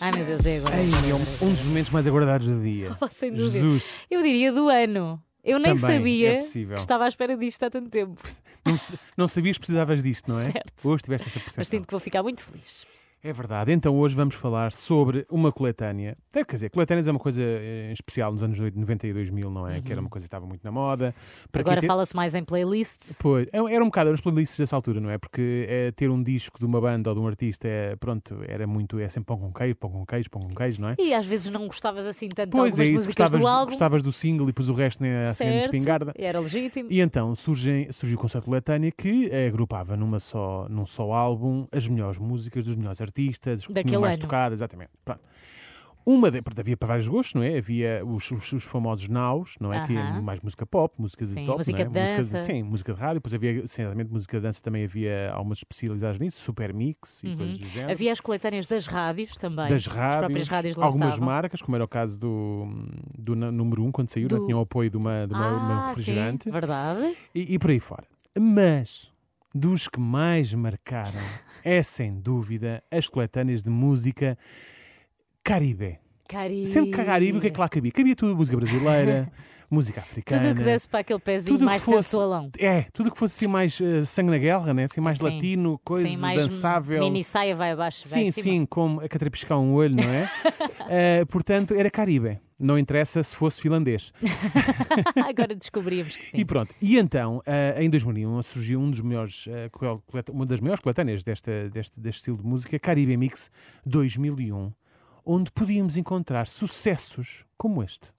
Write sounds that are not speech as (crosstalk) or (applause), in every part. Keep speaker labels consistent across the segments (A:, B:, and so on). A: Ai meu Deus, é agora.
B: Ai, é um, um dos momentos mais aguardados do dia.
A: (laughs) Oh, sem dúvida.
B: Jesus,
A: Eu diria do ano. Eu nem
B: Também,
A: sabia
B: é possível.
A: que estava à espera disto há tanto tempo.
B: não, se- não sabias que precisavas disto, não é?
A: Certo.
B: Hoje tiveste essa percepção.
A: Mas sinto que vou ficar muito feliz.
B: É verdade. Então hoje vamos falar sobre uma coletânea. É, Quer dizer, coletâneas é uma coisa eh, especial nos anos 8, 90 e 2000, não é? Que era uma coisa que estava muito na moda. Para quem
A: Agora
B: te-
A: fala-se mais em playlists.
B: Pois, é- era um bocado, eram as playlists dessa altura, não é? Porque eh, ter um disco de uma banda ou de um artista, é, pronto, era muito, é sempre pão com queijo, pão com queijo, pão com queijo, não é?
A: E às vezes não gostavas assim tanto de
B: Pois é
A: algumas
B: isso,
A: músicas
B: gostavas
A: do
B: do,
A: álbum.
B: gostavas do single e pus o resto na, assim, na
A: certo,
B: espingarda.
A: era legítimo.
B: E então surgem, surgiu o concerto Letânia que eh, agrupava numa só, num só álbum as melhores músicas dos melhores artistas, as que
A: Daquele
B: tinham mais
A: ano.
B: tocadas, exatamente. Pronto. Uma de, porque havia para vários gostos, não é? Havia os, os- os famosos naus, não é? Que
A: Aham.
B: é mais música pop, música de
A: Sim,
B: top,
A: música
B: não é?
A: de dança.
B: sim, música de rádio, depois havia, certamente, música de dança também havia algumas especializadas nisso, super mix e coisas do género.
A: Uhum. Havia as coletâneas das rádios também.
B: das
A: As
B: rádios,
A: próprias rádios
B: algumas
A: lançavam.
B: marcas, como era o caso do, do na- número 1, um, quando saiu,
A: Do-
B: não tinha o apoio de uma, de uma, uma
A: ah,
B: refrigerante
A: sim, verdade.
B: e, e por aí fora. Mas dos que mais marcaram é sem dúvida as coletâneas de música Caribe.
A: Caribe.
B: Sempre que a Caribe, o que é que lá cabia? Cabia tudo: música
A: (laughs)
B: brasileira, música africana.
A: Tudo o que desse para aquele pezinho
B: tudo o que
A: mais
B: fosse-
A: sensualão.
B: É, tudo o que fosse assim mais eh, sangue na guerra, né? assim, mais
A: Sim.
B: latino, coisa
A: sim, mais
B: dançável.
A: Mini saia vai abaixo. vai
B: Sim,
A: acima.
B: sim, como a catrapiscar um olho, não é? Eh, portanto, era Caribe. Não interessa se fosse finlandês.
A: (laughs) Agora descobrimos que sim.
B: E pronto, e então, ah, em 2001 surgiu um dos melhores, ah, col- coleta- uma das maiores coletâneas desta, deste, deste estilo de música, Caribe Mix 2001, onde podíamos encontrar sucessos como este.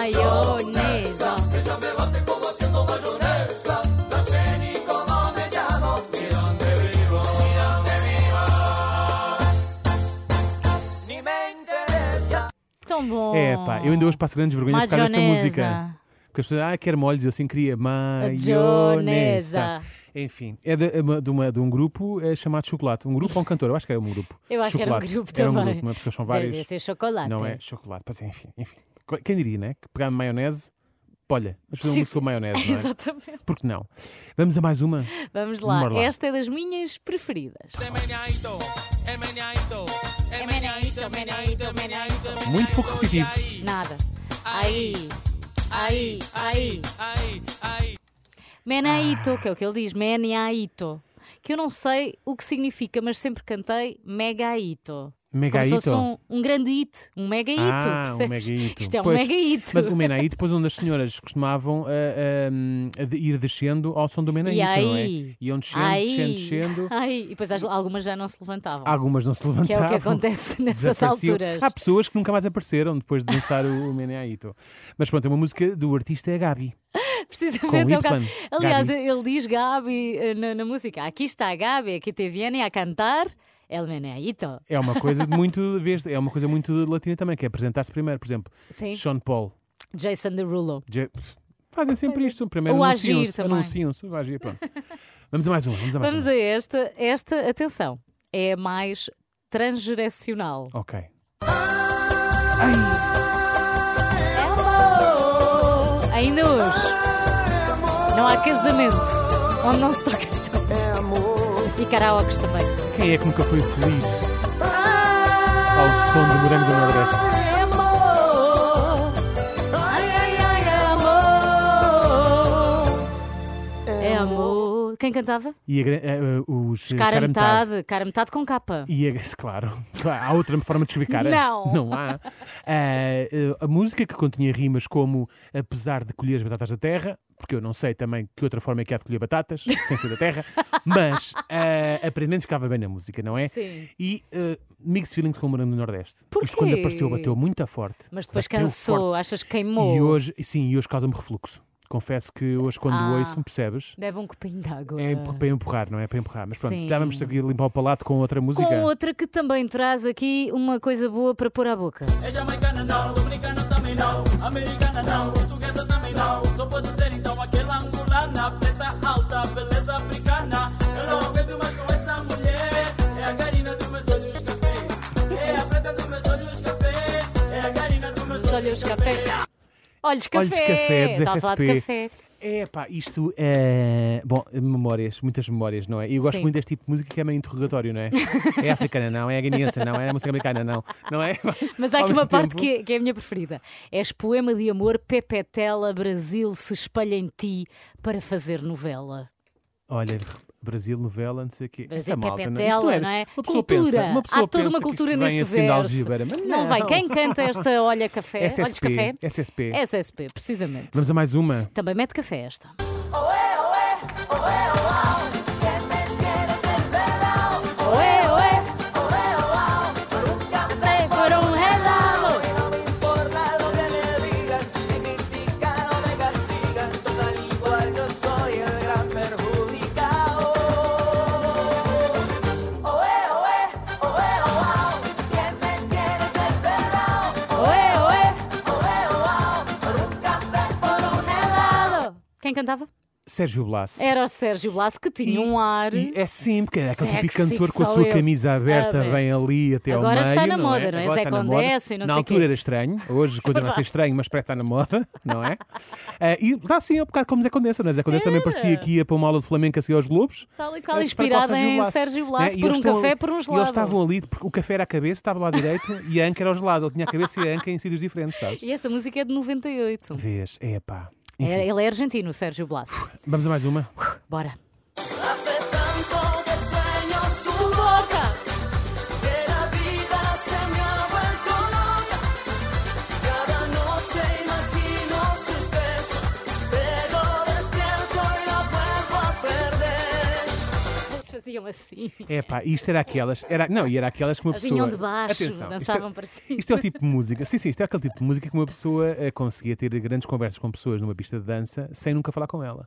A: Maionesa. Tão bom.
B: É pá, eu ainda hoje passo grandes vergonhas por causa desta
A: Maionesa.
B: música. Porque as pessoas, ah, quero molhos, eu assim queria maionesa.
A: Maionesa.
B: Enfim, é de, é uma- de uma- de um grupo eh, chamado Chocolate. Um grupo ou um cantor? Eu acho que era um grupo.
A: Eu acho que era um
B: Chocolate.
A: grupo
B: Era um
A: também.
B: grupo, não é? Porque são vários.
A: Deve ser chocolate. (laughs)
B: Não é chocolate, pois é, enfim, enfim. Co- Quem diria, né? Que pegar maionese, olha, vamos fazer uma
A: Sim.
B: música com
A: (laughs)
B: maionese, não é?
A: Exatamente.
B: Porque não? Vamos a mais uma?
A: Vamos lá.
B: Bora lá.
A: Esta é das minhas preferidas. é
B: Muito pouco repetitivo.
A: Nada. Aí, aí, aí. Menaito, que é o que ele diz, menaito. Que eu não sei o que significa, mas sempre cantei megaito. Como se
B: Megaito?
A: fosse um, um grande hit, um mega hit.
B: Ah, um
A: (laughs) percebes?
B: mega hito.
A: Isto é um
B: Pois,
A: mega hit.
B: Mas o Menaí, depois onde as senhoras costumavam ah, ah, a de- ir descendo ao som do Menaí,
A: E
B: não é?
A: aí?
B: Iam descendo,
A: Ai,
B: descendo, descendo.
A: ai. E depois as- algumas já não se levantavam.
B: Algumas não se
A: que
B: levantavam.
A: é o que acontece (laughs) nessas
B: desapareciam. Ah,
A: alturas.
B: Há pessoas que nunca mais apareceram depois de dançar o Menaíto. Mas pronto, é uma música do artista é
A: (laughs)
B: Gabi.
A: (laughs) Precisamente é o
B: Com Y,
A: Gabi. Aliás,
B: Gabi.
A: ele diz Gabi eh, na, na música. Aqui está a Gabi, aqui te viene a cantar. El Meneito.
B: É uma coisa de muito vez- é uma coisa muito latina também, que é apresentar-se primeiro, por exemplo,
A: Sim.
B: Sean Paul.
A: Jason Derulo.
B: Ja- pff, Fazem sempre isto. Primeiro
A: é. Ou
B: anunciam-se,
A: Agir também.
B: anunciam-se, o agir, pronto. Vamos a mais uma, vamos a mais um.
A: Vamos
B: uma.
A: a esta. Esta, atenção, é a mais transgeracional.
B: Ok.
A: Ainda hoje. Não há casamento onde não se toca esta música. E karaokes também.
B: Quem é que nunca foi feliz ao som do Morango do Nordeste?
A: É amor. Quem cantava?
B: E a gra- eh, eh, os eh,
A: Cara metade. Cara metade com capa.
B: E a, claro, (laughs) há outra forma de escrever cara.
A: Não.
B: Não há. Eh, eh, a música que continha rimas como Apesar de colher as batatas da terra, porque eu não sei também que outra forma é que há de colher
A: (laughs)
B: batatas, sem ser da terra, mas eh, aparentemente ficava bem na música, não é?
A: Sim.
B: E eh, Mixed Feelings com o Morango do Nordeste. Isto quando
A: Porquê?
B: apareceu bateu muito forte.
A: Mas depois
B: Bateu
A: cansou.
B: forte.
A: Achas que queimou?
B: E hoje, sim, e hoje causa-me refluxo. Confesso que hoje quando
A: Ah.
B: ouço, percebes?
A: Bebe um copinho de água.
B: É empu- para empurrar, não é? Para empurrar. Mas pronto,
A: Sim.
B: se já vamos ter que limpar o palato com outra música.
A: Com outra que também traz aqui uma coisa boa para pôr à boca.
C: É jamaicana não, dominicana também não, americana não, portuguesa também não. Só pode ser então aquela angolana, preta alta, beleza africana. Eu não aguento mais com essa mulher, é a carina dos meus olhos café. É a preta dos meus olhos café, é a carina dos meus
A: Olha os
C: olhos café.
A: café. Olhos Café.
B: Olhos Café, é dos
A: Estava a falar de
B: SSP.
A: café.
B: É pá, isto é. Bom, memórias, muitas memórias, não é? E eu gosto
A: Sim.
B: muito deste tipo de música que é meio interrogatório, não é? É africana, não? É guineense, não? É música americana, não? Não é?
A: Mas há
B: Ao
A: aqui uma
B: mesmo
A: parte
B: tempo-
A: que, é- que é a minha preferida. És poema de amor, Pepetela, Brasil se espalha em ti para fazer novela.
B: Olha, Brasil, novela, não sei o quê.
A: é- Brasil,
B: Essa malta,
A: Pepetela,
B: Isto
A: não é?
B: Uma pessoa
A: Cultura.
B: pensa, uma pessoa
A: Há toda
B: pensa
A: uma
B: que isto
A: cultura
B: vem
A: neste
B: assim de
A: verso.
B: algibera, mas
A: Não, vai. Quem canta esta Olha
B: (laughs)
A: Café? Olhos
B: SSP,
A: Café? É
B: SSP.
A: SSP, precisamente.
B: Vamos a mais uma.
A: Também mete café esta. Oé, oé, oé, por um helado. Oé, oé, helado. Quem cantava?
B: Sérgio Blas.
A: Era o Sérgio Blas que tinha um ar.
B: E é sim, porque é aquele tipo
A: sexy
B: cantor
A: que
B: com a
A: só
B: sua
A: eu.
B: camisa aberta,
A: Aberta.
B: bem ali até ao
A: Agora
B: meio.
A: está na
B: não
A: moda,
B: é?
A: não é?
B: Agora
A: Zé
B: está na
A: Condessa
B: moda.
A: e
B: Na
A: não sei
B: altura
A: quê. É
B: era estranho,
A: (laughs)
B: hoje continua a ser
A: verdade.
B: estranho, mas parece que está na
A: (laughs)
B: moda, não é? Eh, e dá sim, é um bocado como Zé Condessa, não é? Zé Condessa também parecia que ia para uma aula de flamenco a seguir aos Globos.
A: Tal e qual,
B: Eh,
A: inspirada
B: para o
A: em Sérgio
B: né?
A: Blas,
B: E
A: por
B: eles
A: um
B: estão-
A: café, por um
B: E
A: gelado.
B: eles estavam ali, porque o café era a cabeça, estava lá à direita (laughs) e a anca era ao gelado. Ele tinha a cabeça e a anca em sítios diferentes, sabes?
A: E esta música é de 98.
B: Vês, é pá. Enfim,
A: É, ele é argentino, o Sérgio Blas.
B: vamos a mais uma.
A: Bora.
D: Hace tanto que sueño su boca, que la vida se me ha vuelto loca. Cada noche imagino sus besos, pero despierto y la vuelvo a perder.
A: Eles faziam assim.
B: É pá, isto era aquelas. Era, não, e era aquelas que uma pessoa.
A: Vinham de baixo,
B: Atenção,
A: dançavam
B: isto,
A: para
B: é,
A: cima.
B: isto é o tipo de música. Sim, sim, isto é aquele tipo de música que uma pessoa eh, conseguia ter grandes conversas com pessoas numa pista de dança sem nunca falar com ela.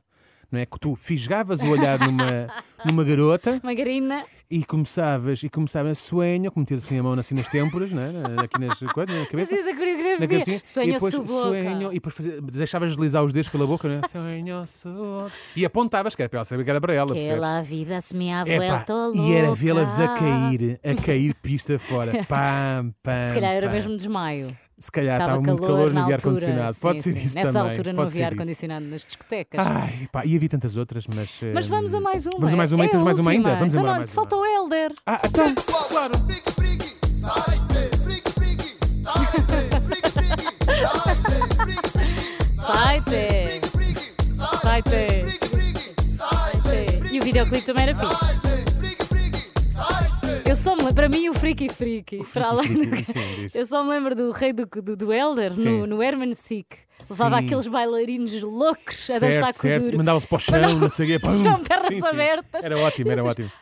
B: Não é que tu fisgavas o olhar
A: (laughs)
B: numa, numa garota
A: Margarina.
B: e começavas e começavas a sonho, como metias assim a mão assim nas têmporas, não é? Na- aqui nas, coisas, na cabeça.
A: Diz a
B: Na
A: coreografia.
B: cabecinha, e
A: Sonho
B: depois
A: sua boca.
B: sonho, e depois fazia- deixavas deslizar os dedos pela boca, não é? Sonho, sua- E apontavas, que era para ela saber que era para ela.
A: Que
B: percebes?
A: la vida se me ha
B: Epá,
A: vuelto louca.
B: e era vê-las a cair, a
A: (laughs)
B: cair pista fora. Pam, pam,
A: Se calhar era
B: pam.
A: mesmo desmaio.
B: Se calhar
A: Estava
B: estava Ah, muito
A: calor,
B: calor no
A: na altura.
B: ar-condicionado.
A: Sim,
B: Pode ser
A: sim.
B: isso
A: Nessa
B: também.
A: altura
B: Pode ser
A: não havia
B: isso.
A: ar-condicionado nas discotecas.
B: Ai, pá, e havia tantas outras, mas.
A: Mas
B: hum,
A: vamos a mais uma.
B: Vamos a mais uma,
A: é
B: então
A: a
B: mais uma
A: última.
B: ainda. Vamos
A: então,
B: embora,
A: não,
B: mais uma.
A: falta o Helder.
B: Ah,
A: (laughs)
B: então, claro.
E: Friki, friki, saite, friki, friki, saite, friki, friki, saite, friki, friki,
A: Sai-te!
E: friki, saite,
A: Sai-te!
E: friki, friki, saite,
A: E o videoclipe também era fixe.
E: friki, friki, saite.
A: Eu só me lembro, para mim, o Freaky Freaky, para além do
B: Freaky, sim, diz.
A: Eu só me lembro do rei do, do, do Elder
B: Sim.
A: no, no Herman Sick. Levava
B: Sim.
A: aqueles bailarinos loucos a dançar
B: Certo,
A: com
B: certo.
A: duro.
B: Mandava-se
A: (laughs)
B: para o chão,
A: Mandava-
B: não sei o quê. pum.
A: chão, pernas
B: Sim, sim.
A: abertas. é
B: Era ótimo, era
A: Esses-
B: ótimo.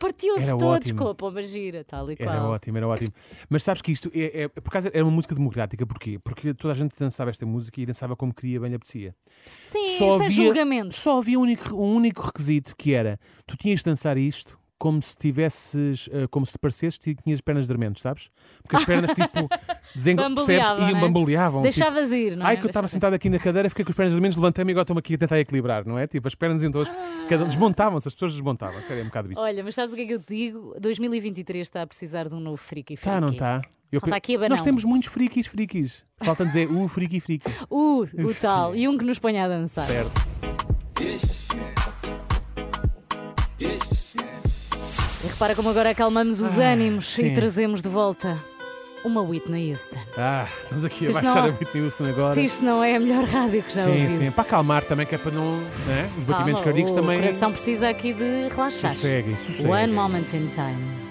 A: Partiam-se
B: Era
A: todos
B: ótimo.
A: com a pomba gira, tal e
B: Era
A: qual.
B: ótimo, era ótimo. Mas sabes que isto é, é- por causa era uma música democrática, porquê? Porque toda a gente dançava esta música e dançava como queria, bem lhe apetecia.
A: Sim, sem julgamentos.
B: Só havia um único, um único requisito que era: tu tinhas de dançar isto como se tivesses, eh, como se te parecesses que tinhas pernas dormentes, sabes? Porque as
A: (laughs)
B: pernas tipo desengo- percebes?
A: Bamboleavam,
B: e
A: não é?
B: bamboleavam. tipo,
A: Deixavas ir, não é?
B: Ai, que eu estava
A: Deixavas ir.
B: sentado aqui na cadeira, fiquei com as pernas dormentes, levantei-me e agora estou-me aqui a tentar equilibrar, não é? Tipo, as pernas então cada desmontavam-se, as pessoas desmontavam. Sério, é um bocado isso.
A: Olha, mas sabes o que é que eu te digo? 2023 está a precisar de um novo Freaky Freaky.
B: Tá, não está?
A: Falta aqui a banão.
B: Nós temos muitos frikis, frikis. Falta dizer o friki, friki.
A: (laughs) Uh, o tal. E um que nos ponha a dançar.
B: Certo.
A: E repara como agora acalmamos os ânimos
B: Ah, sim.
A: e trazemos de volta uma Whitney Houston.
B: Ah, estamos aqui
A: Se
B: a
A: isto
B: baixar
A: não-
B: a Whitney Houston agora.
A: Se isto não é a melhor rádio que já
B: sim,
A: ouvi.
B: sim. Para acalmar também, que é para não. Né? Os batimentos
A: Calma,
B: cardíacos
A: o
B: também.
A: coração precisa aqui de relaxar.
B: Sosseguem, sosseguem.
A: One moment in time.